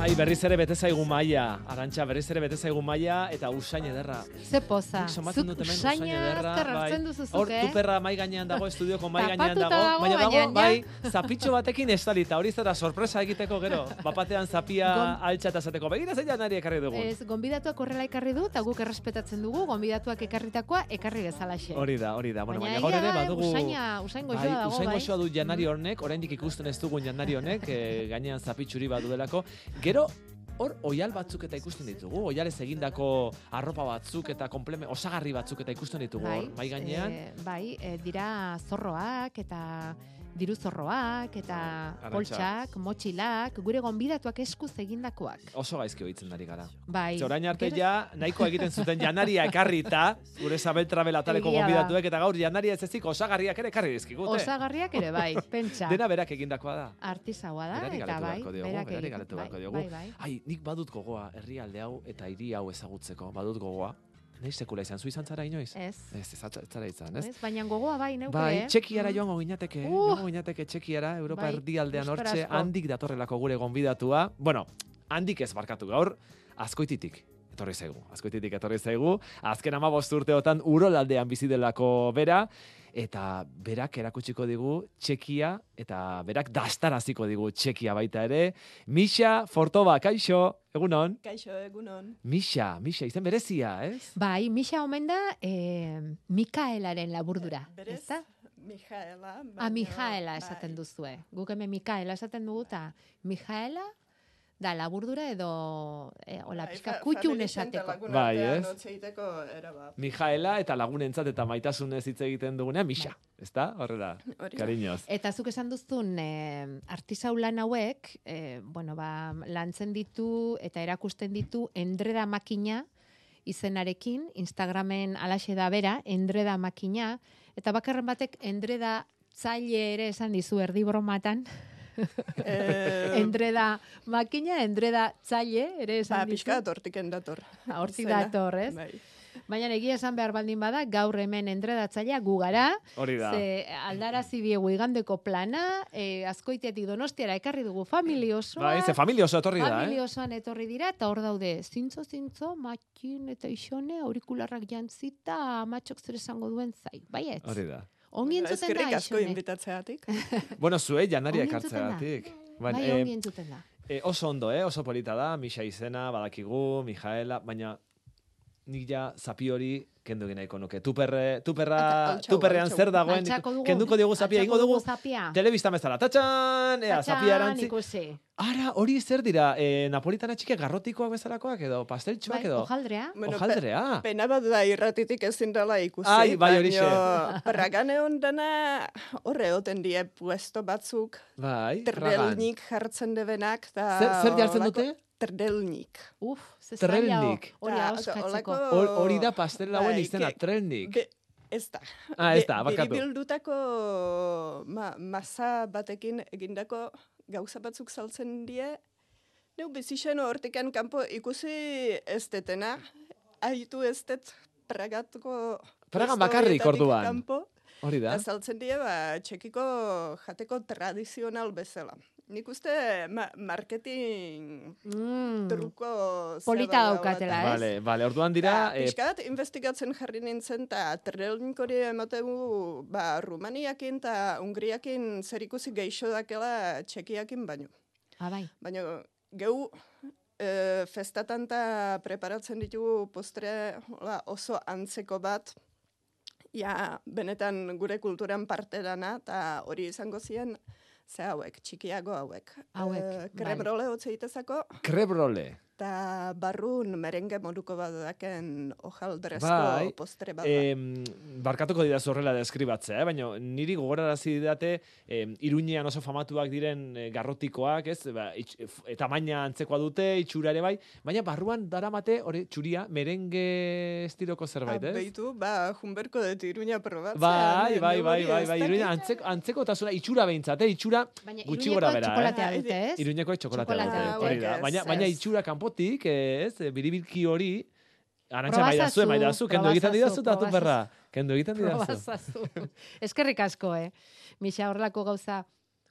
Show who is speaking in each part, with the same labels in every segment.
Speaker 1: Ai, berriz ere bete zaigu maila. Arantxa, berriz ere bete zaigu maila eta usain ederra.
Speaker 2: Ze poza.
Speaker 1: Nik somatzen
Speaker 2: Zuk
Speaker 1: dut hemen
Speaker 2: usaina
Speaker 1: usain ederra,
Speaker 2: azkar
Speaker 1: bai.
Speaker 2: hartzen duzu
Speaker 1: Hor,
Speaker 2: zuk, eh?
Speaker 1: tuperra mai gainean dago, estudioko mai gainean
Speaker 2: Tapatuta
Speaker 1: dago,
Speaker 2: dago,
Speaker 1: baina dago,
Speaker 2: baina ja.
Speaker 1: bai, zapitxo batekin estalita, hori zara sorpresa egiteko gero, bapatean zapia
Speaker 2: Gom-
Speaker 1: altxa eta esateko, begira zein janari ekarri dugun.
Speaker 2: Ez, gonbidatuak horrela ekarri du, eta guk errespetatzen dugu, gonbidatuak ekarritakoa ekarri bezalaxe.
Speaker 1: Hori da, hori da, bueno, baina
Speaker 2: egia
Speaker 1: gaur ere
Speaker 2: da, eh,
Speaker 1: badugu...
Speaker 2: Usaina, usain goxoa
Speaker 1: bai,
Speaker 2: dago,
Speaker 1: usain
Speaker 2: bai.
Speaker 1: goxoa du janari honek, oraindik ikusten ez dugun janari honek, eh, gainean zapitxuri bat duelako. Gero, hor oial batzuk eta ikusten ditugu, oialez egindako arropa batzuk eta konpleme, osagarri batzuk eta ikusten ditugu hor, mai bai gainean.
Speaker 2: eh, bai, eh, dira zorroak eta diru zorroak eta
Speaker 1: Arantxa.
Speaker 2: poltsak, motxilak, gure gonbidatuak eskuz egindakoak.
Speaker 1: Oso gaizki ohitzen ari gara.
Speaker 2: Bai.
Speaker 1: Ze orain arte
Speaker 2: Gero-
Speaker 1: ja nahikoa egiten zuten janaria ekarrita, gure Isabel Travel ataleko
Speaker 2: Egia da.
Speaker 1: gonbidatuek eta gaur janaria ez ezik osagarriak ere ekarri dizkigute.
Speaker 2: Osagarriak ere bai, pentsa.
Speaker 1: Dena berak egindakoa da.
Speaker 2: Artisaua da,
Speaker 1: Berari
Speaker 2: eta
Speaker 1: galdetu beharko
Speaker 2: bai,
Speaker 1: diogu, berari
Speaker 2: egiten,
Speaker 1: galdetu
Speaker 2: bai,
Speaker 1: beharko diogu.
Speaker 2: Bai, bai.
Speaker 1: Ai, nik badut gogoa herrialde hau eta hiri hau ezagutzeko, badut gogoa. Nei sekula izan, zu izan zara inoiz?
Speaker 2: Ez.
Speaker 1: Ez, ez zara- ez zara izan, ez?
Speaker 2: Ez, baina gogoa bai, neuke.
Speaker 1: Bai,
Speaker 2: eh?
Speaker 1: txekiara joango ginateke,
Speaker 2: Uh!
Speaker 1: joango ginateke txekiara, Europa
Speaker 2: Bai,
Speaker 1: erdialdean hortxe,
Speaker 2: euskarazko.
Speaker 1: handik datorrelako gure gonbidatua. Bueno, handik ez barkatu gaur, azkoititik etorri zaigu. Azkoititik etorri zaigu, azken ama urteotan urolaldean bizi delako bera, eta berak erakutsiko digu txekia, eta berak dastaraziko digu txekia baita ere. Misha Fortova, kaixo, egunon?
Speaker 3: Kaixo, egunon.
Speaker 1: Misha, Misha, izen berezia, ez?
Speaker 2: Bai, Misa omen da eh, Mikaelaren laburdura,
Speaker 3: Berez,
Speaker 2: ezta?
Speaker 3: Mijaela.
Speaker 2: A
Speaker 3: baina-
Speaker 2: Mijaela esaten
Speaker 3: bai,
Speaker 2: duzue. Guk hemen Mikaela esaten dugu eta Mijaela da laburdura edo eh, ola
Speaker 3: bai,
Speaker 2: pizka
Speaker 3: fa-
Speaker 2: kutxun
Speaker 3: familia
Speaker 2: esateko.
Speaker 3: zentra lagun
Speaker 1: Bai,
Speaker 3: artean
Speaker 1: ez?
Speaker 3: hitz egiteko era ba. bat.
Speaker 1: Mijaela eta lagunentzat eta maitasunez hitz egiten dugunean, Misha,
Speaker 2: Bai.
Speaker 1: ezta? Horrela,
Speaker 3: Hori da.
Speaker 1: kariñoz.
Speaker 2: Eta zuk esan duzun eh, artisau lan hauek, eh, bueno, ba, lantzen ditu eta erakusten ditu endreda makina izenarekin, Instagramen alaxe da bera, endreda makina, eta bakarren batek endreda tzaile ere esan dizu erdi bromatan,
Speaker 3: Eh,
Speaker 2: endreda makina, endreda tzaile
Speaker 3: ba,
Speaker 2: ere esan dizu.
Speaker 3: pixka bat hortik endator.
Speaker 2: Ah, Hortik
Speaker 3: Zena,
Speaker 2: dator, ez?
Speaker 3: Bai.
Speaker 2: Baina egia esan behar baldin bada, gaur hemen endredatzailea gu gara,
Speaker 1: Hori da.
Speaker 2: ze aldarazi diegu igandeko plana, eh, azkoiteatik donostiara ekarri dugu famili osoa.
Speaker 1: Bai, ze familia oso etorri da,
Speaker 2: Famili
Speaker 1: eh?
Speaker 2: osoan etorri dira, eta hor daude, zintzo, zintzo, matxin eta isone, aurikularrak jantzita, matxok zer esango duen zai. Bai,
Speaker 1: Hori
Speaker 2: ez.
Speaker 1: da.
Speaker 2: Ongi entzuten da,
Speaker 3: Bai, Eskerrik asko
Speaker 2: isone.
Speaker 3: invitatzeatik.
Speaker 1: Bueno, zuei janaria
Speaker 2: Ongi entzuten da.
Speaker 1: ekartzeagatik.
Speaker 2: Bai,
Speaker 1: Baina,
Speaker 2: ongi entzuten da.
Speaker 1: eh, oso ondo, eh? Oso polita da, Misa izena, badakigu, Mijaela, baina nik ja zapi hori kendu egin nahiko nuke. Tuperre, tuperra,
Speaker 3: Eta altxau,
Speaker 1: tuperrean
Speaker 3: altxau.
Speaker 1: zer dagoen,
Speaker 2: Altxako dugu.
Speaker 1: kenduko diogu zapia,
Speaker 2: altxako
Speaker 1: egingo dugu,
Speaker 2: Ba, zapia.
Speaker 1: telebista bezala. Tatxan, ea, zapia
Speaker 2: Tatxan,
Speaker 1: erantzi.
Speaker 2: ikusi.
Speaker 1: Ara, hori zer dira, eh, napolitana txike garrotikoak bezalakoak edo,
Speaker 2: Bai,
Speaker 1: pasteltxoak edo,
Speaker 2: ojaldrea.
Speaker 3: Bueno, pe-
Speaker 1: hojaldrea.
Speaker 3: Pena bat da irratitik ezin dela ikusi.
Speaker 1: Ai, bai, horixe.
Speaker 3: baino Pragan egon dana horre oten die puesto batzuk.
Speaker 1: Bai, ragan.
Speaker 3: Terdelnik jartzen debenak. Da,
Speaker 1: Zer, zer jartzen
Speaker 3: holako-
Speaker 1: dute?
Speaker 3: Terdelnik.
Speaker 2: Uf, ze zaila hor-
Speaker 1: Terrelnik.
Speaker 2: hori
Speaker 3: Da,
Speaker 2: ahoskatzeko.
Speaker 3: holako-
Speaker 1: Hor- Hori da pastel lauen
Speaker 3: Bai,
Speaker 1: izena,
Speaker 3: ke-
Speaker 1: trelnik.
Speaker 3: Be, ez da.
Speaker 1: Ah,
Speaker 3: Be-
Speaker 1: ez da, barkatu.
Speaker 3: Biribildutako ma, masa batekin egindako gauza batzuk saltzen die. Neu bizixen hortikan kanpo ikusi ez detena. Aitu ez det pragatuko...
Speaker 1: Pragan bakarrik orduan.
Speaker 3: Kanpo,
Speaker 1: Hori da.
Speaker 3: da saltzen die, ba, txekiko jateko tradizional bezala. Nik uste ma, marketing
Speaker 2: Mm.
Speaker 3: truko...
Speaker 2: Polita
Speaker 3: zebala bat
Speaker 2: daukatela, ez?
Speaker 1: Vale, vale, orduan dira...
Speaker 3: Ba,
Speaker 1: eh,
Speaker 3: pixka bat, investigatzen jarri nintzen, eta terrelnik hori emategu, ba, Rumaniakin eta Hungriakin zerikusi geixo dakela Txekiakin baino.
Speaker 2: Ah, bai.
Speaker 3: Baina, geu, e, festatan eta preparatzen ditugu postre hola, oso antzeko bat, ja, benetan gure kulturan parte dana, eta hori izango ziren, ze hauek, txikiago hauek.
Speaker 2: Hauek,
Speaker 3: Eh,
Speaker 2: bai.
Speaker 3: kremrole hotz egitezako,
Speaker 1: Krebrole.
Speaker 3: Eta barrun merenge moduko bat daken ojaldrezko
Speaker 1: Bai,
Speaker 3: postre bat. da.
Speaker 1: Em, barkatuko dira horrela deskribatzea, eh? baina niri gogorarazi didate em, Iruñean oso famatuak diren eh, garrotikoak, ez? Ba, itx, f- eh, tamaina antzekoa dute, itxura ere bai, baina barruan daramate hori txuria merenge estiloko zerbait,
Speaker 3: Ah,
Speaker 1: ez?
Speaker 3: Beitu, ba, junberko dut iruña probatzea.
Speaker 1: Bai,
Speaker 3: ne-
Speaker 1: bai,
Speaker 3: neuri
Speaker 1: bai, bai,
Speaker 3: ez
Speaker 1: bai,
Speaker 3: dakit.
Speaker 1: Iruña antzeko, antzeko tasuna, itxura behintzat, eh? itxura
Speaker 2: Baina
Speaker 1: gutxi gora bera, eh?
Speaker 2: txokolatea
Speaker 3: eh?
Speaker 2: dute, ez? Ah,
Speaker 1: Iruñeko txokolatea
Speaker 2: Txokolatea
Speaker 1: dute,
Speaker 2: dute.
Speaker 1: hori da.
Speaker 3: Ez,
Speaker 1: Baina,
Speaker 3: ez.
Speaker 1: baina itxura kanpotik, ez, eh, biribilki hori, arantxa
Speaker 2: Probazazu,
Speaker 1: maidazu, maidazu, kendu egiten didazu
Speaker 2: probazazu,
Speaker 1: eta berra. Kendu egiten didazu.
Speaker 2: Probazazu. Eskerrik asko, eh? Misa horrelako gauza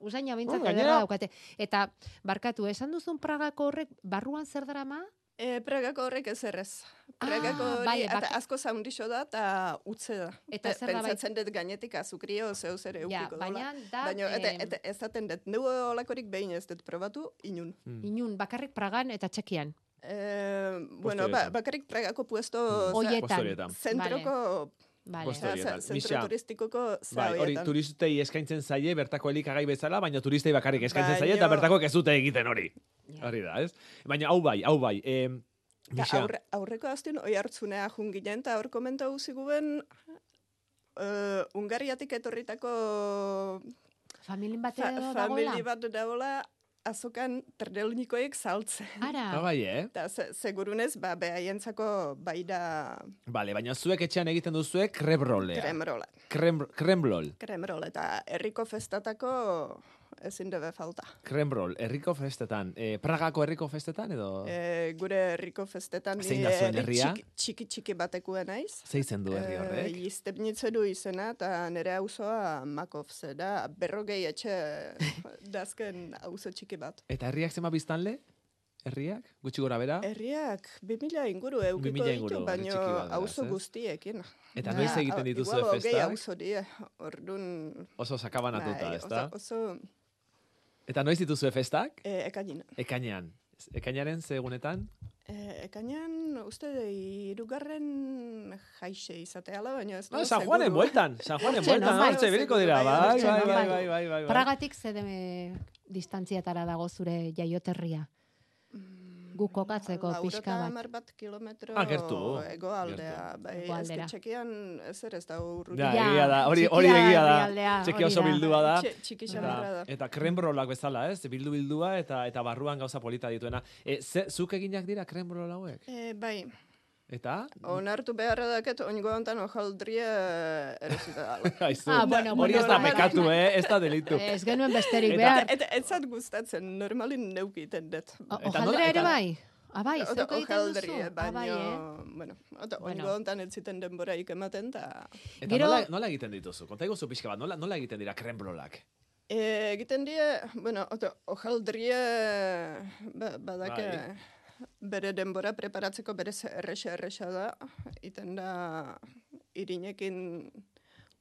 Speaker 2: Usaina bintzat
Speaker 1: Oh,
Speaker 2: ederra
Speaker 1: gainera-
Speaker 2: daukate. Eta, barkatu, eh, esan duzun pragako horrek, barruan zer darama?
Speaker 3: E, pragako horrek ez errez. Pragako
Speaker 2: Ah,
Speaker 3: hori
Speaker 2: bai,
Speaker 3: eta
Speaker 2: bake-
Speaker 3: asko zaundixo da eta utze da.
Speaker 2: Eta
Speaker 3: Pe-
Speaker 2: zerbait-
Speaker 3: Pentsatzen dut gainetik azukrio zeu zer
Speaker 2: Ja,
Speaker 3: eukiko
Speaker 2: baina da,
Speaker 3: Baina, eta,
Speaker 2: em,
Speaker 3: eta ez zaten dut, neu olakorik behin ez dut probatu, inun.
Speaker 1: Mm.
Speaker 2: inun, bakarrik pragan eta txekian.
Speaker 3: E, bueno, ba,
Speaker 1: horietan.
Speaker 3: bakarrik pragako puesto
Speaker 2: Oietan.
Speaker 1: Postorietan.
Speaker 3: zentroko,
Speaker 2: Vale.
Speaker 1: Bost hori.
Speaker 3: osea, za-
Speaker 1: Postorietan.
Speaker 3: zentro
Speaker 1: Misa.
Speaker 3: turistikoko
Speaker 1: Bai, hori
Speaker 3: zaoietan.
Speaker 1: turistei eskaintzen zaie bertako elikagai bezala, baina turistei bakarrik eskaintzen zaie eta
Speaker 3: Baino-
Speaker 1: bertakoek ez dute egiten hori.
Speaker 2: Ja.
Speaker 1: Hori da, ez? Baina hau bai, hau bai. Eh,
Speaker 3: Ta
Speaker 1: Misa,
Speaker 3: aurre, aurreko azten oi hartzunea junginen, eta hor komentau ziguen uh, Ungariatik etorritako
Speaker 2: Familien bat
Speaker 3: fa,
Speaker 2: ere dago dagoela.
Speaker 3: famili bat daola azokan terdelnikoek saltze.
Speaker 2: Ara,
Speaker 1: ah, bai, eh?
Speaker 3: Eta ze, segurunez, ba, behaientzako baira
Speaker 1: Vale, baina zuek etxean egiten duzuek krebrolea.
Speaker 3: kremrola.
Speaker 1: Krem, kremrol.
Speaker 3: Kremrola, eta herriko festatako ezin debe falta.
Speaker 1: Kremrol, herriko festetan. Eh, Pragako herriko festetan edo?
Speaker 3: E, gure herriko festetan
Speaker 1: Zein Oh. da zuen
Speaker 3: herri
Speaker 1: herria?
Speaker 3: txiki- txiki-txiki batekua naiz.
Speaker 1: Zei zen du herri horrek?
Speaker 3: Iztepnitze Eh, du izena, eta nire auzoa Makovze da, berrogei etxe dazken auzo txiki bat.
Speaker 1: Eta herriak zema biztanle? Herriak? Gutxi gora bera?
Speaker 3: Eh, Herriak, 2000 inguru eukiko
Speaker 1: 2000 Ah. inguru,
Speaker 3: ditu,
Speaker 1: herri
Speaker 3: baino
Speaker 1: txiki bat beraz,
Speaker 3: auzo
Speaker 1: ez?
Speaker 3: guztiekin. Ba,
Speaker 1: Eta
Speaker 2: Ja,
Speaker 1: noiz egiten dituzue
Speaker 3: oh, igual hogei
Speaker 1: festak?
Speaker 3: auzo die, orduan...
Speaker 1: Oso sakabanatuta,
Speaker 3: bai,
Speaker 1: ezta?
Speaker 3: Oso, oso
Speaker 1: Eta noiz dituzue festak?
Speaker 3: e, ekainan.
Speaker 1: Ekainean. Ekainaren ze egunetan?
Speaker 3: E, ekainan, uste, irugarren jaixe izateala, baina ez dut
Speaker 1: No, Bai, Ah, San Juanen
Speaker 3: seguru.
Speaker 1: bueltan, San Juanen
Speaker 2: Hortxe
Speaker 1: bueltan,
Speaker 2: nonbait.
Speaker 1: hortze ibiliko dira, bai,
Speaker 3: Hortxe
Speaker 1: bai, bai,
Speaker 2: nonbait.
Speaker 1: bai, bai, bai.
Speaker 2: Pragatik zede distantziatara dago zure jaioterria. Guk kokatzeko pixka
Speaker 3: Laurogei
Speaker 2: bat.
Speaker 3: Ba, hamar bat kilometro
Speaker 1: Ah, gertu,
Speaker 3: egoaldea. Bai,
Speaker 2: Hegoaldera.
Speaker 3: eske txekian ezer ez da urruti.
Speaker 1: Ja,
Speaker 2: Ja,
Speaker 1: egia da, hori,
Speaker 2: txikia
Speaker 1: hori egia da,
Speaker 2: herrialdea,
Speaker 1: txekia
Speaker 2: hori
Speaker 1: oso
Speaker 2: da.
Speaker 1: bildua da.
Speaker 3: Txe- txiki
Speaker 1: Eta,
Speaker 3: xamarra da.
Speaker 1: eta krembrolak bezala, ez? Bildu bildua eta eta barruan gauza polita dituena. E, ze, zuk eginak dira krembrol hauek?
Speaker 3: E, bai,
Speaker 1: Eta?
Speaker 3: onartu beharra daket, oingo hontan ojaldria erosita dala.
Speaker 1: Aizu,
Speaker 2: Ah, bueno,
Speaker 1: hori
Speaker 2: bueno,
Speaker 1: ez da
Speaker 2: bueno,
Speaker 1: mekatu,
Speaker 2: bueno.
Speaker 1: eh? Ez da delitu.
Speaker 2: Ez genuen besterik
Speaker 1: Eta-
Speaker 2: behar.
Speaker 3: Eta ez zat gustatzen, normalin neukiten dut.
Speaker 2: O-
Speaker 1: eta nola-
Speaker 2: Ojaldrea ere
Speaker 1: eta-
Speaker 2: bai. Abai,
Speaker 3: Ota
Speaker 2: zeuk egiten duzu.
Speaker 3: ojaldria,
Speaker 2: Ah, bai,
Speaker 3: baino,
Speaker 2: eh?
Speaker 3: bueno, ota
Speaker 2: Bueno.
Speaker 3: oingo hontan ez ziten denboraik ematen, eta...
Speaker 1: Eta
Speaker 2: Gero-
Speaker 1: nola, nola egiten dituzu? Kontaiguzu pixka bat, nola, nola egiten dira krembrolak?
Speaker 3: E, egiten die, bueno, oto, ojaldrie ba, badake bere denbora preparatzeko bere erresa erresa da, iten da irinekin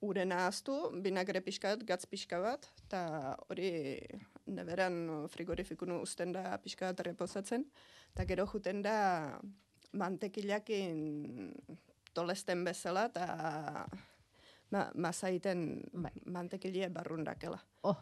Speaker 3: urena ahaztu, binagre pixka bat, gatz pixka bat, eta hori neberan frigorifikun uzten da pixka bat reposatzen, eta gero juten da mantekilakin tolesten bezala, eta ma, mazaiten
Speaker 2: Bai.
Speaker 3: mantekilie barrundakela.
Speaker 2: Oh,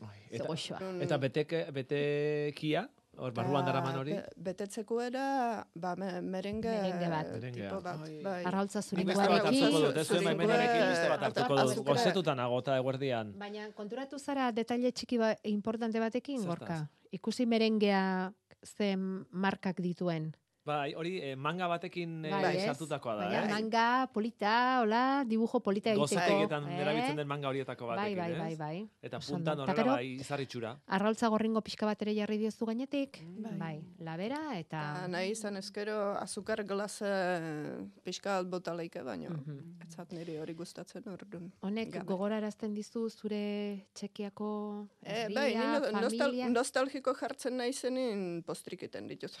Speaker 1: Ai,
Speaker 2: ze
Speaker 1: Eta,
Speaker 2: goxoa.
Speaker 1: eta beteke, betekia,
Speaker 2: Ah,
Speaker 1: hor barruan
Speaker 3: Ta
Speaker 1: daraman hori?
Speaker 3: be- Betetzeko era, ba, me- merengue,
Speaker 2: Merengue bat.
Speaker 1: Merengea.
Speaker 3: tipo bat.
Speaker 1: Ai.
Speaker 3: Bai.
Speaker 2: Arrautza
Speaker 1: Beste bat
Speaker 3: Iguarekin,
Speaker 1: hartuko
Speaker 2: zurikoarekin.
Speaker 1: dut, ez zuen
Speaker 3: zurikoa-
Speaker 1: baimenarekin beste bat hartuko dut.
Speaker 3: azukrea.
Speaker 1: Gozetuta nago eta eguerdian.
Speaker 2: Baina konturatu zara detaile txiki ba, importante batekin,
Speaker 1: Zertaz?
Speaker 2: gorka. Ikusi merengea zen markak dituen.
Speaker 1: Bai, hori eh, manga batekin eh,
Speaker 2: Bai, ez?
Speaker 1: sartutakoa da,
Speaker 2: Baina
Speaker 1: eh?
Speaker 2: manga polita, hola, dibujo polita egiteko.
Speaker 1: Gozaegetan
Speaker 2: eh?
Speaker 1: erabiltzen den manga horietako
Speaker 2: Bai,
Speaker 1: batekin,
Speaker 2: bai,
Speaker 1: ez?
Speaker 2: bai, bai.
Speaker 1: Eta
Speaker 2: Oso
Speaker 1: puntan
Speaker 2: ondo. Ta
Speaker 1: horrela
Speaker 2: gero-
Speaker 1: bai izarritxura.
Speaker 2: Arraultza gorringo pixka bat ere jarri diozu gainetik.
Speaker 3: Bai.
Speaker 2: Bai. labera eta...
Speaker 3: Ta nahi izan ezkero azukar glase pixka bat bota leike baino.
Speaker 2: Mhm.
Speaker 3: Ez zat niri hori gustatzen ordun.
Speaker 2: Honek
Speaker 3: Gabe.
Speaker 2: gogorarazten dizu zure txekiako
Speaker 3: E,
Speaker 2: herria,
Speaker 3: bai, ni no- nostal,
Speaker 2: familia.
Speaker 3: nostalgiko jartzen naizenin postrikiten ditut.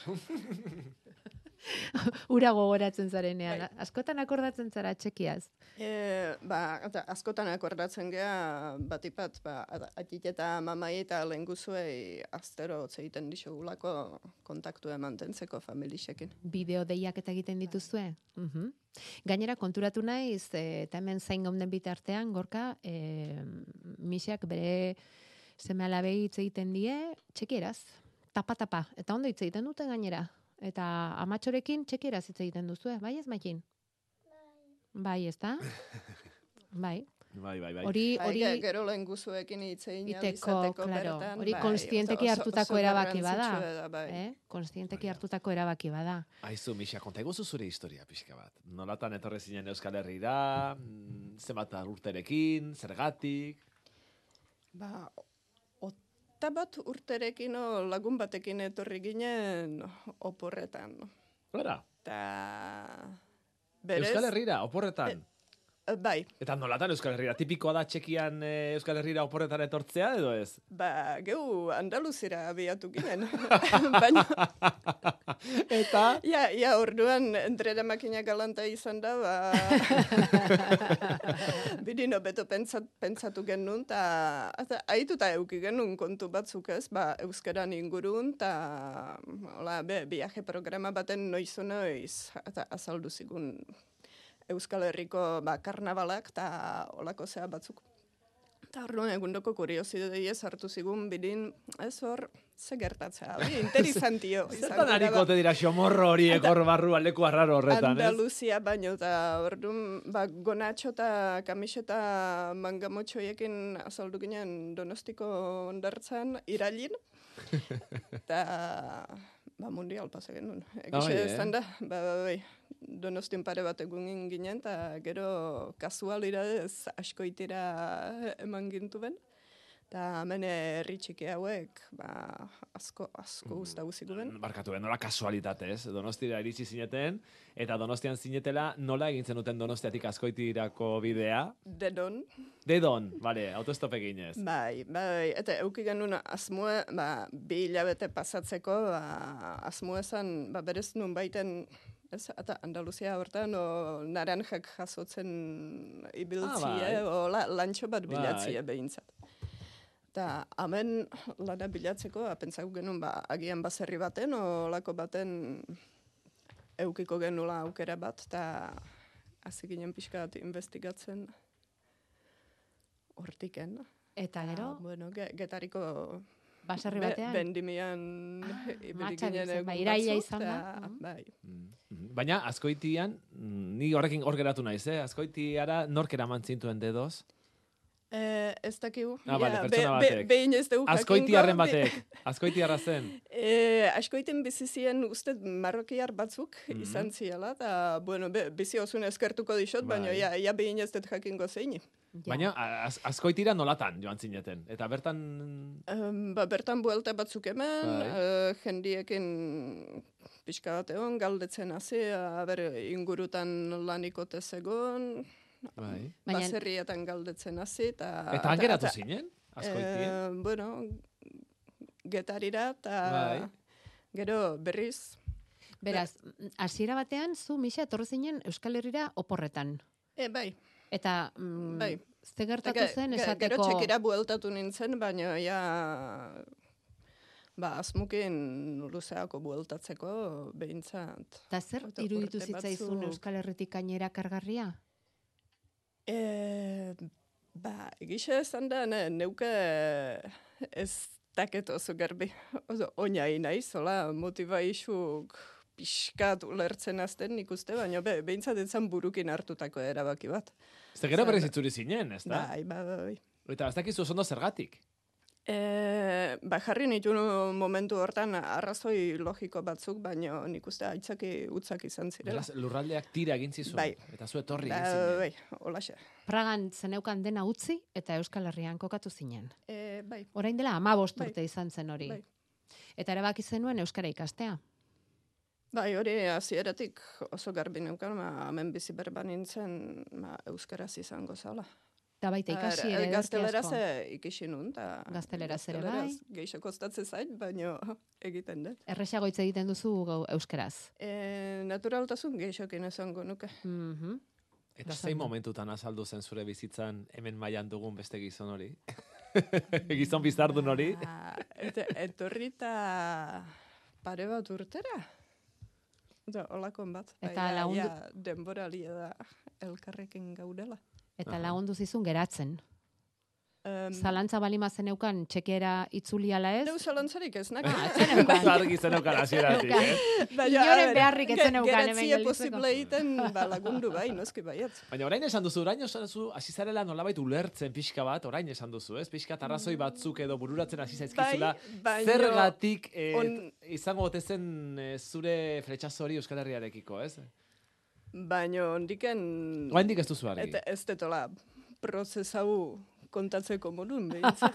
Speaker 2: Ura gogoratzen zarenean.
Speaker 3: Bai.
Speaker 2: Askotan akordatzen zara txekiaz.
Speaker 3: E, ba, eta askotan akordatzen gea batipat, ba, a- atik eta mamai eta lenguzuei astero zeiten disogulako kontaktua mantentzeko familisekin.
Speaker 2: bideo deiak eta egiten
Speaker 3: Bai.
Speaker 2: dituzue. Mhm. Gainera konturatu naiz, eh, eta hemen zain gauden bitartean, gorka, e, misiak bere seme alabei hitz egiten die, txekieraz, tapa-tapa, eta ondo hitz egiten dute gainera. Eta amatxorekin txekieraz hitz egiten duzue, bai ez maikin? Bai, ez da? Bai,
Speaker 1: Bai, bai, bai.
Speaker 2: hori,
Speaker 3: Bai,
Speaker 2: hori,
Speaker 3: ge- gero lenguzuekin itzein
Speaker 2: Iteko, claro, hori
Speaker 3: bai,
Speaker 2: kontzienteki
Speaker 3: oso- oso
Speaker 2: hartutako erabaki bada.
Speaker 3: garrantzitsua da, bai.
Speaker 2: eh, konstienteki hartutako erabaki bada.
Speaker 1: Aizu, Misa, kontaiguzu zure historia pixka bat. Nolatan etorri zinen Euskal Herrira, mm, zenbat urterekin, zergatik.
Speaker 3: Ba, otta bat urterekin o, lagun batekin etorri ginen oporretan.
Speaker 1: Gara,
Speaker 3: Ta, berez,
Speaker 1: Euskal Herrira, oporretan.
Speaker 3: Eh, Bai,
Speaker 1: Eta nolatan Euskal Herriera? Tipikoa da txekian e, Euskal Herriera oporretara etortzea edo ez?
Speaker 3: ba, geu Andaluzira abiatu ginen. Baina,
Speaker 1: Eta
Speaker 3: ja, ja, orduan, entrera makina galanta izan da, ba... Birino beto pentsat, pentsatu genuen, ta, eta aituta euki genuen kontu batzuk ez, ba, euskaran ingurun, ta, hola, be, viaje programa baten noizu noiz, eta azaldu zigun Euskal Herriko ba, karnabalak eta olako zea batzuk. Eta orduan egundoko kuriosidadei hartu zigun bidin, ez hor, ze gertatzea, hori interesantio. izango
Speaker 1: zertan
Speaker 3: da,
Speaker 1: hariko
Speaker 3: ba.
Speaker 1: te dira xomorro horiek hor barruan leku arraro horretan, ez?
Speaker 3: Andaluzia baino, eta orduan, ba, gonatxo eta kamiseta mangamotxoiekin azaldu ginen donostiko ondartzan, irailin, eta ba, mundial pasa genuen.
Speaker 1: Ah,
Speaker 3: Egixe
Speaker 1: bai, eh?
Speaker 3: estan da, ba, ba, bai, donostin pare bat egun ginen, eta gero kasualira ez askoitira eman gintu ben. Eta hemen herri txiki hauek, ba, asko,
Speaker 1: Mm.
Speaker 3: asko usta guzik ben.
Speaker 1: Barkatu, eh, nola kasualitate, ez? Donostira iritsi zineten, eta donostian zinetela nola egin zenuten donostiatik askoitirako bidea?
Speaker 3: Denon,
Speaker 1: Dedon, bale, autostop eginez.
Speaker 3: Bai, bai, eta euki genuen asmoe, ba, bi hilabete pasatzeko, ba, asmoe zen, ba, berez nun baiten, ez, eta Andaluzia hortan, o, naranjak jasotzen ibiltzie,
Speaker 1: Ah, bai.
Speaker 3: o, la, lantxo bat
Speaker 1: Bai.
Speaker 3: bilatzie behintzat. Eta hemen lana bilatzeko, ba, pentsatu genuen, ba, agian baserri baten, o lako baten eukiko genula aukera bat, eta hasi ginen pixka bat investigatzen hortiken.
Speaker 2: Eta
Speaker 3: Ah,
Speaker 2: gero,
Speaker 3: bueno, ge- getariko
Speaker 2: baserri
Speaker 3: be-
Speaker 2: batean,
Speaker 3: bendimian
Speaker 2: Ah,
Speaker 3: ibili
Speaker 2: martxan
Speaker 3: ginen
Speaker 2: izan,
Speaker 3: egun
Speaker 2: bai, iraila
Speaker 3: batzuk,
Speaker 2: izan da,
Speaker 3: eta,
Speaker 2: mhm.
Speaker 3: Bai.
Speaker 1: Mm, mhm. Baina, askoitian, mm, ni horrekin hor geratu naiz, eh? Askoitiara nork eraman zintuen dedoz?
Speaker 3: Eh, ez dakigu.
Speaker 1: Ah, bale,
Speaker 3: ja, be-
Speaker 1: pertsona
Speaker 3: be-
Speaker 1: batek.
Speaker 3: Behin ez dugu
Speaker 1: Azkoitiarren
Speaker 3: jakingo, be-
Speaker 1: batek, azkoitiarra zen.
Speaker 3: Eh, askoiten bizi ziren uste marrokiar batzuk
Speaker 1: Mhm.
Speaker 3: izan ziela, eta, bueno, be, bizi osun eskertuko dixot, baina
Speaker 1: Bai.
Speaker 3: ja, ja behin ez dut jakingo zeini.
Speaker 2: ja.
Speaker 1: Baina, a- az, azkoitira nolatan joan zineten. Eta bertan...
Speaker 3: Em, ba, bertan buelta batzuk eman,
Speaker 1: Bai.
Speaker 3: eh, jendiekin pixka bat egon, galdetzen hasi, aber ingurutan lanikotez egon,
Speaker 1: Bai.
Speaker 2: Baina-
Speaker 3: baserrietan galdetzen hasi, eta...
Speaker 1: Eta han geratu zinen, azkoitien.
Speaker 3: Eh, bueno, getarira, eta
Speaker 1: Bai.
Speaker 3: gero berriz,
Speaker 2: Beraz, hasiera batean, zu, Misa, etorri zinen Euskal Herrira oporretan.
Speaker 3: e, bai,
Speaker 2: Eta, mm,
Speaker 3: Bai.
Speaker 2: ze
Speaker 3: Eta
Speaker 2: gertatu
Speaker 3: ge-
Speaker 2: zen,
Speaker 3: ge-
Speaker 2: esateko...
Speaker 3: Gero txekira bueltatu nintzen, baina ja... Ba, asmukin luzeako bueltatzeko behintzat.
Speaker 2: Eta zer
Speaker 3: Eta
Speaker 2: iruditu
Speaker 3: urte
Speaker 2: zitzaizun
Speaker 3: batzuk-
Speaker 2: Euskal Herritik gainera kargarria?
Speaker 3: E, ba, egisa esan da, ne, neuke ez daket oso garbi. Oso oinai naiz, hola, motiba isuk pixkat ulertzen azten nik uste, baina be, behintzat etzan burukin hartutako erabaki bat.
Speaker 1: Ze gero berriz
Speaker 3: zer-
Speaker 1: itzuri zinen, ez da?
Speaker 3: Bai, bai, bai.
Speaker 1: Eta ez dakizu oso ondo zergatik.
Speaker 3: E, ba, jarri nitu momentu hortan arrazoi logiko batzuk, baino nik uste aitzaki utzak izan zirela.
Speaker 1: Beraz, lurraldeak tira egin zizun.
Speaker 3: Bai.
Speaker 1: Eta zu etorri
Speaker 3: Ba,
Speaker 1: egin zinen.
Speaker 3: bai, holaxe.
Speaker 2: Pragan zeneukan dena utzi eta Euskal Herrian kokatu zinen.
Speaker 3: E, bai,
Speaker 2: Orain dela ama
Speaker 3: Bai.
Speaker 2: urte izan zen hori.
Speaker 3: Bai.
Speaker 2: Eta erabaki zenuen Euskara ikastea.
Speaker 3: bai, hori hasieratik oso garbi neukan, ma, hemen bizi berba nintzen ma, euskaraz izango zala.
Speaker 2: Eta baita
Speaker 3: Eh,
Speaker 2: ikasi ere
Speaker 3: gazteleraz
Speaker 2: eduki asko.
Speaker 3: eh, ikisi nun, ta,
Speaker 2: Gazteleraz ere
Speaker 3: gazteleraz Geixo kostatzen zait, baino egiten dut.
Speaker 2: Erresago hitz egiten duzu gau euskaraz.
Speaker 3: E, naturaltasun geixokin esango nuke.
Speaker 2: Mhm.
Speaker 1: Eta
Speaker 2: Esan
Speaker 1: zein
Speaker 2: da.
Speaker 1: momentutan azaldu zen zure bizitzan hemen mailan dugun beste gizon hori? gizon bizardun hori?
Speaker 3: Ba, eta etorri eta pare bat urtera. Eta olakon bat. Ba,
Speaker 2: Eta
Speaker 3: ja-
Speaker 2: lagundu-
Speaker 3: ja, denboralia da elkarrekin gaudela.
Speaker 2: Eta
Speaker 1: Aha.
Speaker 2: lagundu zizun geratzen.
Speaker 3: Um,
Speaker 2: Zalantza balima zeneukan txekera itzuliala ez?
Speaker 3: Neu zalantzarik ez, naka.
Speaker 2: Ah, ez
Speaker 3: Bai.
Speaker 2: zeneukan.
Speaker 1: Zargi zeneukan hasieratik,
Speaker 2: Neukan.
Speaker 1: eh?
Speaker 3: Baina,
Speaker 2: inoren
Speaker 3: a ber,
Speaker 2: beharrik ez
Speaker 3: ge-
Speaker 2: zeneukan hemen
Speaker 3: Geratzie
Speaker 2: gelditzeko.
Speaker 3: posible egiten, ba, lagundu bai, noski baietz.
Speaker 1: Baina orain esan duzu, orain esan duzu, hasi zarela nolabait ulertzen pixka bat, orain esan duzu, ez? Pixka bat arrazoi batzuk edo bururatzen hasi zaizkizula.
Speaker 3: Mm. Bai, baino-
Speaker 1: Zergatik eh,
Speaker 3: on-
Speaker 1: izango ote zen eh, zure fretxazo hori Euskal Herriarekiko, ez?
Speaker 3: Baina ondiken...
Speaker 1: Oraindik ez duzu argi.
Speaker 3: Eta ez detola prozesau kontatzeko modun, behintzat.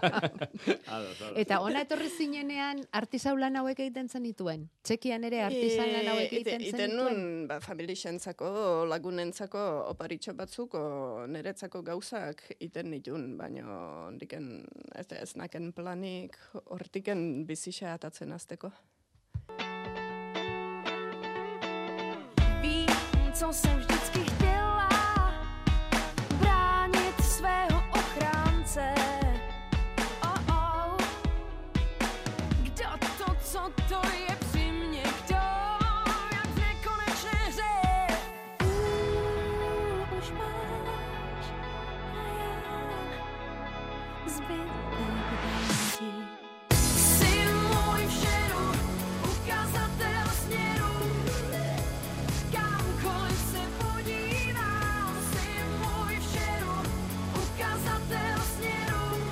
Speaker 1: Ados, ados.
Speaker 2: Eta ona etorri zinenean artisau lan hauek egiten zenituen. Txekian ere artisan lan
Speaker 3: E,
Speaker 2: hauek
Speaker 3: ite-
Speaker 2: egiten
Speaker 3: Iten
Speaker 2: zenituen.
Speaker 3: nun, ba, familixentzako, lagunentzako, oparitxo batzuk, o, niretzako gauzak iten nitun, baino diken, ez, ez naken planik, hortiken bizisa atatzen azteko.
Speaker 4: Vím, co jsem vždycky chtěla, bránit svého ochránce. Oh, oh. Kdo to, co to je při mně, kdo jak v nekonečné hře. Ty už máš a já zbytek letí. Jsi můj všeru, ukazatel směru, Kamkoliv se podívám, jsi můj všeru, ukazatel směru.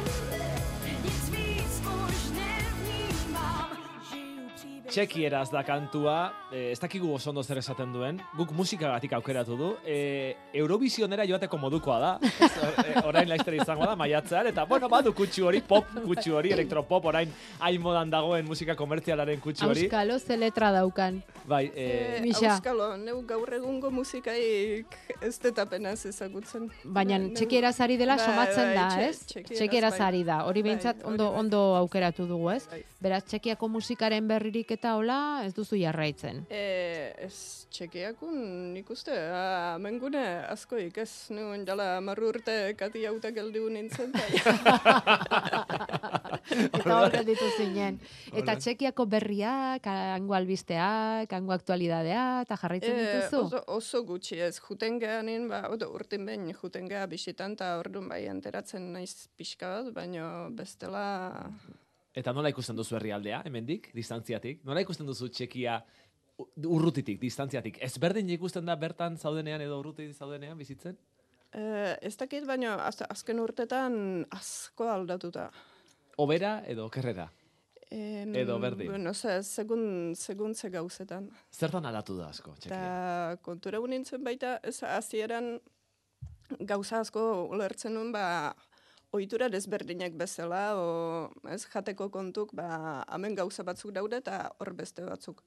Speaker 4: Nic víc už nevnímám, žiju příběh
Speaker 1: Txekieraz da kantua, e, ez dakigu oso ondo zer esaten duen, guk musikagatik aukeratu du, e, Eurovisionera joateko modukoa da, Ez, or- e, orain laizter izango da, maiatzean, eta bueno, badu kutsu hori, pop kutsu hori, elektropop, orain hain modan dagoen musika komertzialaren kutsu hori.
Speaker 2: Auskalo ze letra daukan.
Speaker 1: Bai,
Speaker 3: E,
Speaker 1: e,
Speaker 2: Misa.
Speaker 3: Auskalo, neu gaur egungo musikaik ez detapenaz ezagutzen.
Speaker 2: Baina
Speaker 3: Ne- neu-
Speaker 2: txekieraz ari dela
Speaker 3: Bai,
Speaker 2: somatzen
Speaker 3: bai,
Speaker 2: da,
Speaker 3: txe-
Speaker 2: ez?
Speaker 3: txekieraz,
Speaker 2: Txekieraz
Speaker 3: bai.
Speaker 2: ari da.
Speaker 3: Bai,
Speaker 2: Hori behintzat
Speaker 3: hori
Speaker 2: ondo,
Speaker 3: bai.
Speaker 2: ondo aukeratu dugu, ez?
Speaker 3: Bai.
Speaker 2: Beraz, txekiako musikaren berririk eta hola, ez duzu jarraitzen.
Speaker 3: E, ez txekiakun nik uste, ah, mengune askoik ez, nuen jala marru urte kati hauta geldiu nintzen. bai. eta-
Speaker 2: Eta hor gelditu zinen. Eta txekiako berriak, hango albisteak, hango aktualidadeak, eta jarraitzen
Speaker 3: Eh,
Speaker 2: dituzu?
Speaker 3: oso, oso gutxi ez, juten geanin, ba, odo, urtin behin juten gea bisitan, eta orduan bai enteratzen naiz pixka bat, baino bestela...
Speaker 1: eta nola ikusten duzu herrialdea, hemendik, distantziatik? Nola ikusten duzu Txekia u- urrutitik, distantziatik? Ezberdin ikusten da bertan zaudenean edo urrutik zaudenean bizitzen?
Speaker 3: Eh, ez dakit, baino az, azken urtetan asko aldatuta.
Speaker 1: Obera edo kerrera?
Speaker 3: Em,
Speaker 1: Edo berdin.
Speaker 3: Bueno, ze, segun, segun ze gauzetan.
Speaker 1: Zertan aldatu da asko, Txekia?
Speaker 3: Eta kontura nintzen baita, ez hasieran gauza asko ulertzen nun, ba, ohitura desberdinak bezala, o, ez jateko kontuk, ba, hemen gauza batzuk daude eta hor beste batzuk.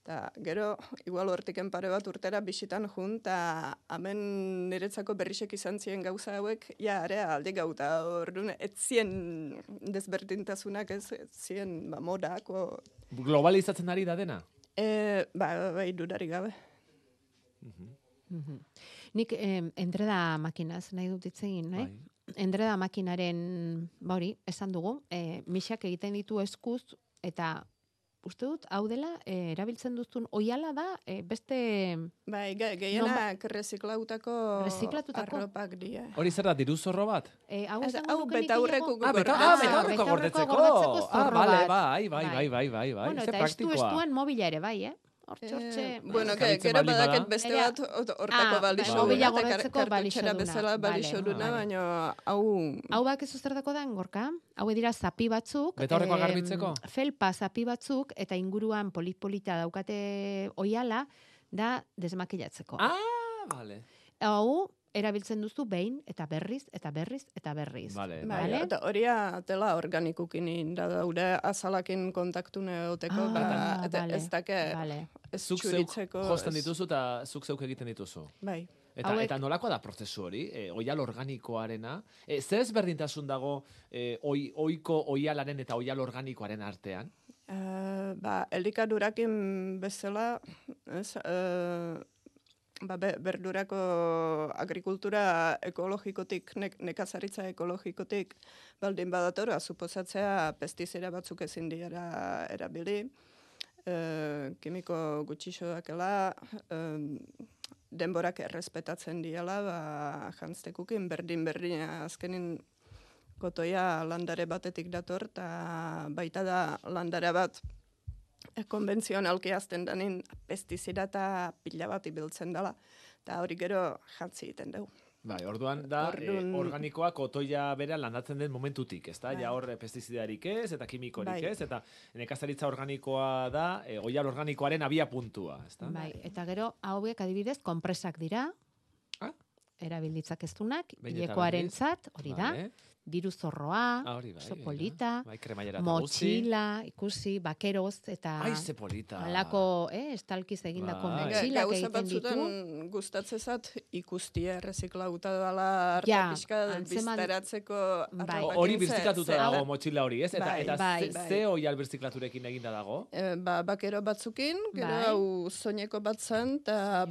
Speaker 3: Ta, gero, igual hortiken pare bat urtera bisitan jun, eta hemen niretzako berrisek izan ziren gauza hauek, ja, area aldi gauta, orduan, ez zien desberdintasunak, ez, ez zien, ba, modako,
Speaker 1: Globalizatzen ari da dena?
Speaker 3: e, ba, bai, dudarik gabe.
Speaker 2: Mhm. Nik em, entreda makinaz nahi dut hitz egin, eh?
Speaker 1: Bai.
Speaker 2: Endreda makinaren, ba hori, esan dugu, e, misak egiten ditu eskuz, eta uste dut, hau dela, e, erabiltzen duzun, oiala da, e, beste,
Speaker 3: Bai, ge, gehienak reziklautako
Speaker 2: Reziklatutako?
Speaker 3: arropak dira.
Speaker 1: Hau zer da, diru zorro bat?
Speaker 2: e, hau
Speaker 3: Ez,
Speaker 2: esango
Speaker 3: hau
Speaker 2: nuke nik
Speaker 3: betaurreko
Speaker 2: gehiago?
Speaker 1: Ah, beta,
Speaker 3: gordetzeko.
Speaker 1: ah, betaurreko gordetzeko.
Speaker 2: Betaurreko gordetzeko
Speaker 1: Ah,
Speaker 2: zorro
Speaker 1: bale,
Speaker 2: bat.
Speaker 1: bai, bai,
Speaker 2: Bai.
Speaker 1: bai, bai, bai, bai.
Speaker 2: Bueno,
Speaker 1: Ze
Speaker 2: eta estu
Speaker 1: praktikoa.
Speaker 2: estuan mobila ere bai, eh? Hor txortxe...
Speaker 3: Eh, bueno,
Speaker 1: Bai,
Speaker 3: que,
Speaker 1: jarraitzen
Speaker 3: gero
Speaker 1: baldin
Speaker 3: badaket
Speaker 1: bada.
Speaker 3: beste
Speaker 2: Ea.
Speaker 3: bat, ot- hortako
Speaker 2: Ah,
Speaker 3: balixo
Speaker 1: bai,
Speaker 3: duna,
Speaker 2: mobila
Speaker 3: eta
Speaker 2: gordetzeko
Speaker 3: kar- kartutxera
Speaker 2: balixoduna.
Speaker 3: bezala
Speaker 2: Bale,
Speaker 3: balixo duna,
Speaker 1: bale.
Speaker 3: baina hau...
Speaker 2: Hau bak ez zertako da, gorka? Hau dira zapi batzuk.
Speaker 1: Betaurrekoak
Speaker 2: em,
Speaker 1: garbitzeko?
Speaker 2: Felpa zapi batzuk, eta inguruan polit-polita daukate oiala, da desmakilatzeko.
Speaker 1: Ah, bale.
Speaker 2: Hau, erabiltzen duzu behin, eta berriz, eta berriz, eta berriz.
Speaker 1: Bale,
Speaker 3: Bai,
Speaker 2: Bale?
Speaker 3: eta horia tela organikukin inda daude azalakin kontaktune egoteko,
Speaker 2: Ah,
Speaker 3: ba,
Speaker 2: bale,
Speaker 3: eta ez dake
Speaker 2: Bale.
Speaker 3: ez
Speaker 1: Zuk zeuk
Speaker 3: txuritzeko.
Speaker 1: josten
Speaker 3: ez-
Speaker 1: dituzu eta zuk zeuk egiten dituzu.
Speaker 3: Bai.
Speaker 1: Eta,
Speaker 2: Hauek-
Speaker 1: eta nolakoa da prozesu hori? E, oial organikoarena? E, zer ezberdintasun dago e, oi, oiko oialaren eta oial organikoaren artean?
Speaker 3: Eh, ba, elikadurakin bezala, ez, eh, ba, be, berdurako agrikultura ekologikotik, nek, nekazaritza ekologikotik, baldin badator, suposatzea pestizera batzuk ezin dira erabili, eh, kimiko gutxixoakela, eh, denborak errespetatzen diela, ba, jantztekukin berdin-berdina azkenin kotoia landare batetik dator, eta baita da landare bat eh, konbentzionalki azten danin pestizida eta pila bat ibiltzen dela. Eta hori gero jantzi egiten dugu.
Speaker 1: Bai, orduan da
Speaker 3: Orduan-
Speaker 1: e, organikoak otoia bera landatzen den momentutik, ezta?
Speaker 2: Bai.
Speaker 1: Ja hor eh, pestizidarik ez eta kimikorik
Speaker 3: Bai.
Speaker 1: ez eta nekazaritza organikoa da e, oial organikoaren abia puntua, ezta?
Speaker 2: Bai, eta gero, hauek adibidez, konpresak dira.
Speaker 1: Ah?
Speaker 2: erabilitzak ez dunak,
Speaker 1: Behin eta
Speaker 2: hilekoaren
Speaker 1: berriz.
Speaker 2: zat, hori da,
Speaker 1: Vale.
Speaker 2: diru zorroa,
Speaker 1: Ah, hori bai.
Speaker 2: oso
Speaker 1: hori da.
Speaker 2: polita,
Speaker 1: Bai, kremailera eta guzti.
Speaker 2: motxila, ikusi, bakeroz, eta
Speaker 1: Ai, ze polita.
Speaker 2: alako, eh, estalkiz egindako
Speaker 1: Bai.
Speaker 2: motxilak
Speaker 3: Gauza
Speaker 2: egiten
Speaker 3: batzutan
Speaker 2: ditu.
Speaker 3: gustatzezat ikustia erreziklauta dela harta
Speaker 2: Ja,
Speaker 3: pixka
Speaker 2: antzeman-
Speaker 3: biztaratzeko
Speaker 1: O-
Speaker 2: Bai.
Speaker 3: arropakin
Speaker 1: Hori
Speaker 3: ze-
Speaker 1: birziklatuta
Speaker 3: ze-
Speaker 1: dago motxila hori, ez? Eta,
Speaker 3: Bai,
Speaker 1: eta
Speaker 2: bai.
Speaker 1: ze, ze oial birziklaturekin eginda dago?
Speaker 3: Eh, ba, bakero batzukin, gero
Speaker 2: Bai.
Speaker 3: hau soineko bat zen, eta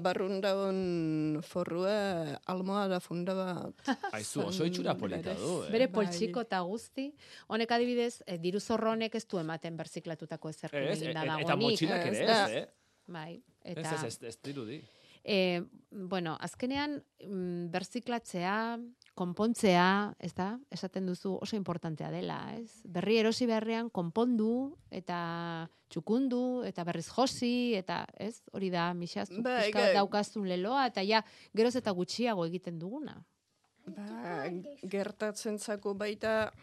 Speaker 3: barrundaun forrua almoa da funda bat.
Speaker 1: Aizu, oso itxura
Speaker 3: Zen
Speaker 1: polita
Speaker 3: berez.
Speaker 1: du, eh?
Speaker 2: Bere
Speaker 3: Bai.
Speaker 2: poltsiko eta guzti. Honek adibidez, eh, diru zorro honek ez du ematen berziklatutako ezerkin
Speaker 1: Ez, e-
Speaker 2: eginda
Speaker 1: e-
Speaker 2: dagoenik.
Speaker 1: eta motxilak
Speaker 3: Ez
Speaker 1: ere,
Speaker 3: da.
Speaker 1: ez, eh?
Speaker 2: Bai,
Speaker 1: Ez,
Speaker 2: eta...
Speaker 1: ez, ez, ez dirudi.
Speaker 2: E, bueno, azkenean mm, berziklatzea, konpontzea, ez da? Esaten duzu oso importantea dela, ez? Berri erosi beharrean konpondu eta txukundu eta berriz josi eta, ez? Hori da mixaztu
Speaker 3: Bai,
Speaker 2: pixka bat
Speaker 3: gai-
Speaker 2: daukazun leloa eta ja geroz eta gutxiago egiten duguna.
Speaker 3: Ba, gertatzen zako baita,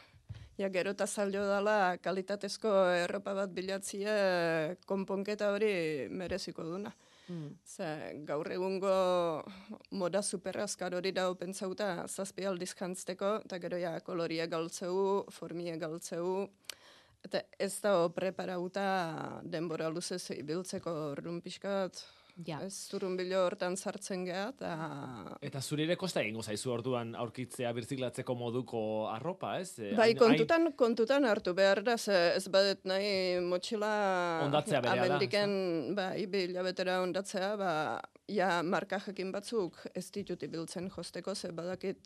Speaker 3: ja gero eta zailo dela kalitatezko erropa bat bilatzia konponketa hori mereziko duna.
Speaker 2: Mm.
Speaker 3: Ze, gaur egungo moda superrazkar hori da pentsauta zazpi aldiz jantzteko, eta gero ja koloria galtzeu, formia galtzeu, eta ez da preparauta denbora luzez ibiltzeko orduan pixka bat,
Speaker 2: Ja.
Speaker 3: ez zurun bilo hortan sartzen geha, eta
Speaker 1: Eta zuri ere kosta egingo zaizu orduan aurkitzea birziklatzeko moduko arropa, ez? Eh,
Speaker 3: Bai,
Speaker 1: hain- hain-
Speaker 3: kontutan, kontutan hartu behar da, ze ez badet nahi motxila
Speaker 1: Hondatzea berea da,
Speaker 3: abendiken, bai, bi hilabetera ondatzea, ba, ja marka jakin batzuk ez ditut ibiltzen josteko, ze badakit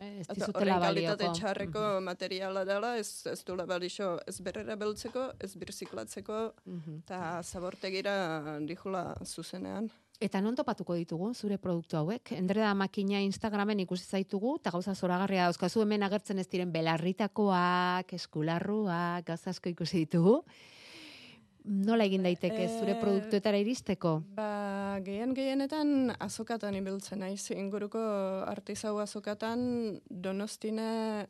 Speaker 2: Ez
Speaker 3: eta
Speaker 2: dizutela
Speaker 3: horren kalitate
Speaker 2: balioko.
Speaker 3: txarreko materiala dela, ez, ez dula balixo ez berrera beltzeko, ez birziklatzeko,
Speaker 2: Mhm.
Speaker 3: eta zabortegira dijula zuzenean.
Speaker 2: Eta non topatuko ditugu zure produktu hauek? Endreda makina Instagramen ikusi zaitugu, eta gauza zoragarria dauzkazu hemen agertzen ez diren belarritakoak, eskularruak, gauza asko ikusi ditugu. Nola egin daiteke zure
Speaker 3: Eh,
Speaker 2: produktuetara iristeko?
Speaker 3: Ba, gehien gehienetan azokatan ibiltzen naiz. Inguruko artisau azokatan donostine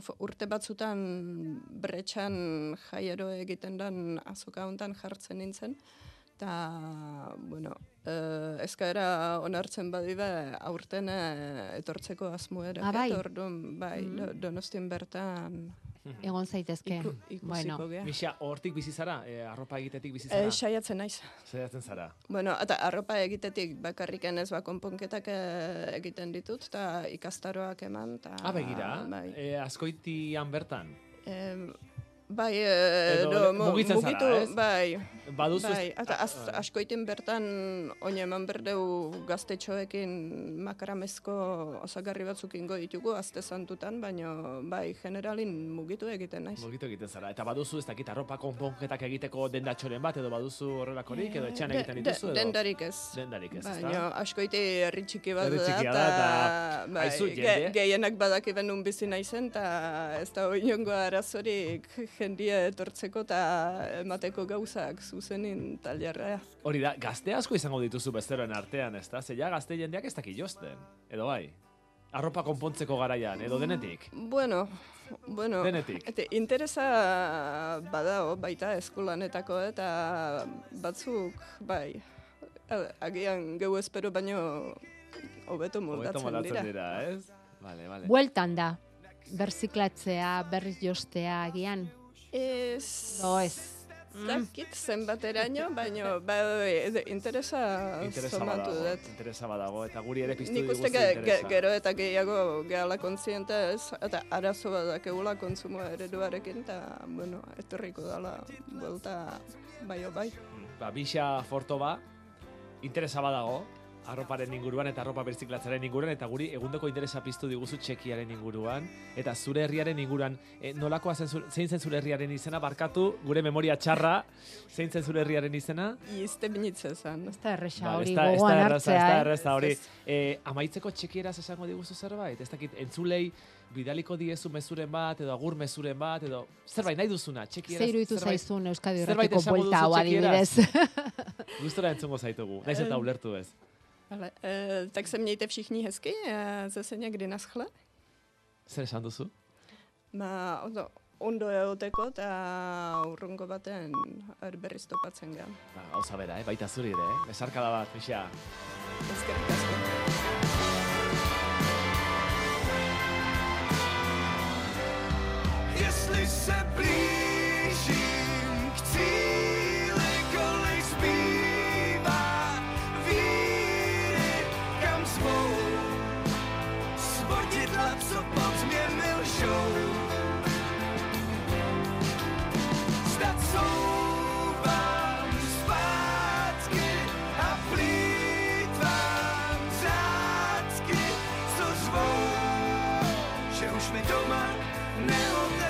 Speaker 3: f- urte batzutan bretxan jaiero egiten dan azoka hontan jartzen nintzen. Eta, bueno, eh, eskaera onartzen badibe aurten eh, etortzeko asmoera.
Speaker 2: Ah, bai. Mm.
Speaker 3: eta orduan, bai, do- donostin bertan
Speaker 2: Egon zaitezke.
Speaker 3: mhm. iku, ikusiko
Speaker 2: bueno,
Speaker 3: geha.
Speaker 1: Misa, hortik bizi zara, eh, arropa egitetik bizi zara.
Speaker 3: Eh, saiatzen naiz.
Speaker 1: Saiatzen zara.
Speaker 3: Bueno, eta arropa egitetik bakarriken ez ba, konponketak eh, egiten ditut, eta ikastaroak eman, eta...
Speaker 1: Ah, begira,
Speaker 3: Bai,
Speaker 1: eh, askoitian bertan.
Speaker 3: Em, bai eh,
Speaker 1: Edo
Speaker 3: do,
Speaker 1: le-
Speaker 3: mo-
Speaker 1: mugitzen zara, ez?
Speaker 3: bai,
Speaker 1: Baduzu...
Speaker 3: bai,
Speaker 1: ez-
Speaker 3: eta
Speaker 1: Ah,
Speaker 3: az,
Speaker 1: ah,
Speaker 3: askoiten bertan oin eman berdeu gaztetxoekin makaramezko osagarri batzuk ingo ditugu, azte santutan, baino bai, generalin mugitu egiten naiz.
Speaker 1: Mugitu egiten zara. Eta baduzu, ez dakit, arropa konponketak egiteko dendatxoren bat, edo baduzu horrelakorik, edo etxean
Speaker 3: De-
Speaker 1: egiten
Speaker 3: de-
Speaker 1: dituzu, edo...
Speaker 3: Dendarik Bai, ez.
Speaker 1: Dendarik ez, ezta?
Speaker 3: Baina askoite herri txiki bat
Speaker 1: Herri
Speaker 3: da,
Speaker 1: txikia da,
Speaker 3: eta
Speaker 1: eta
Speaker 3: bai,
Speaker 1: aizu,
Speaker 3: ge-
Speaker 1: jende-
Speaker 3: gehienak badaki benun bizi naizen, eta ez da oinongo arazorik jendia etortzeko eta emateko gauzak zuzenin talerrea.
Speaker 1: Hori da, gazte asko izango dituzu bezeroen artean, ez da? Zeia gazte jendeak ez dakit josten, edo bai? Arropa konpontzeko garaian, edo denetik?
Speaker 3: Mm, Bueno, bueno,
Speaker 1: Denetik.
Speaker 3: Ete, interesa badao baita eskulanetako eta batzuk, bai, a- agian geu espero baino hobeto
Speaker 1: Hobeto
Speaker 3: moldatzen
Speaker 1: moldatzen
Speaker 3: dira.
Speaker 1: dira, ez? Vale, vale.
Speaker 2: bueltan da. Berziklatzea, berriz jostea, agian.
Speaker 3: Ez...
Speaker 2: Do ez.
Speaker 3: Mm. Zakit zenbateraino, baina bai, ez- interesa,
Speaker 1: Interesa no.
Speaker 3: somatu
Speaker 1: badago,
Speaker 3: dut.
Speaker 1: interesa badago, eta guri ere piztu
Speaker 3: Nik
Speaker 1: diguzu
Speaker 3: uste ge, ge,
Speaker 1: interesa.
Speaker 3: gero jako eta gehiago gehala kontziente ez, eta arazo bat dakegula kontsumo ereduarekin, eta, bueno, etorriko dala, buelta, bai, o bai.
Speaker 1: Ba, Bixa Fortoba, interesa badago, arroparen inguruan eta arropa berziklatzaren inguruan, eta guri egundoko interesa piztu diguzu txekiaren inguruan, eta zure herriaren inguruan, e, nolakoa zen zu- zein zen zure herriaren izena, barkatu, gure memoria txarra, zein zen zure herriaren izena,
Speaker 3: Izte binitze zen.
Speaker 2: Ez da erresa
Speaker 1: Vale,
Speaker 2: hori
Speaker 1: ez da- ez da
Speaker 2: gogoan
Speaker 1: erraza,
Speaker 2: hartzea.
Speaker 1: Ez da
Speaker 2: eh?
Speaker 1: erraza hori.
Speaker 3: Ez,
Speaker 1: Eh, amaitzeko txekieraz esango diguzu zerbait? Ez dakit, entzulei bidaliko diezu mezuren bat, edo agur mezuren bat, edo zerbait nahi duzuna, txekieraz.
Speaker 2: Zer iruditu
Speaker 1: zerbait
Speaker 2: zaizun Euskadi
Speaker 1: zerbait
Speaker 2: Erratiko
Speaker 1: esango
Speaker 2: buelta
Speaker 1: duzu
Speaker 2: hau
Speaker 1: txekieraz?
Speaker 2: adibidez.
Speaker 1: Gustora entzungo zaitugu, naiz eta ulertu ez.
Speaker 3: Ale, e, tak se mějte všichni hezky, e, zase někdy naschle.
Speaker 1: Zer esan duzu?
Speaker 3: Ma, ondo, ondo egoteko eta urrungo baten er, berriz topatzen gehan.
Speaker 1: Ba, gauza bera, eh? baita zuri ere, eh? Besarkada bat, Mixa.
Speaker 3: Ezkerrik asko.
Speaker 5: Jestli se blížím k cíli, kolik zbývá víry, kam svou. Svodidla, co pod mě milžou. Snad souvám zpátky a plýtvám řácky, co zvou že už mi doma neodejde.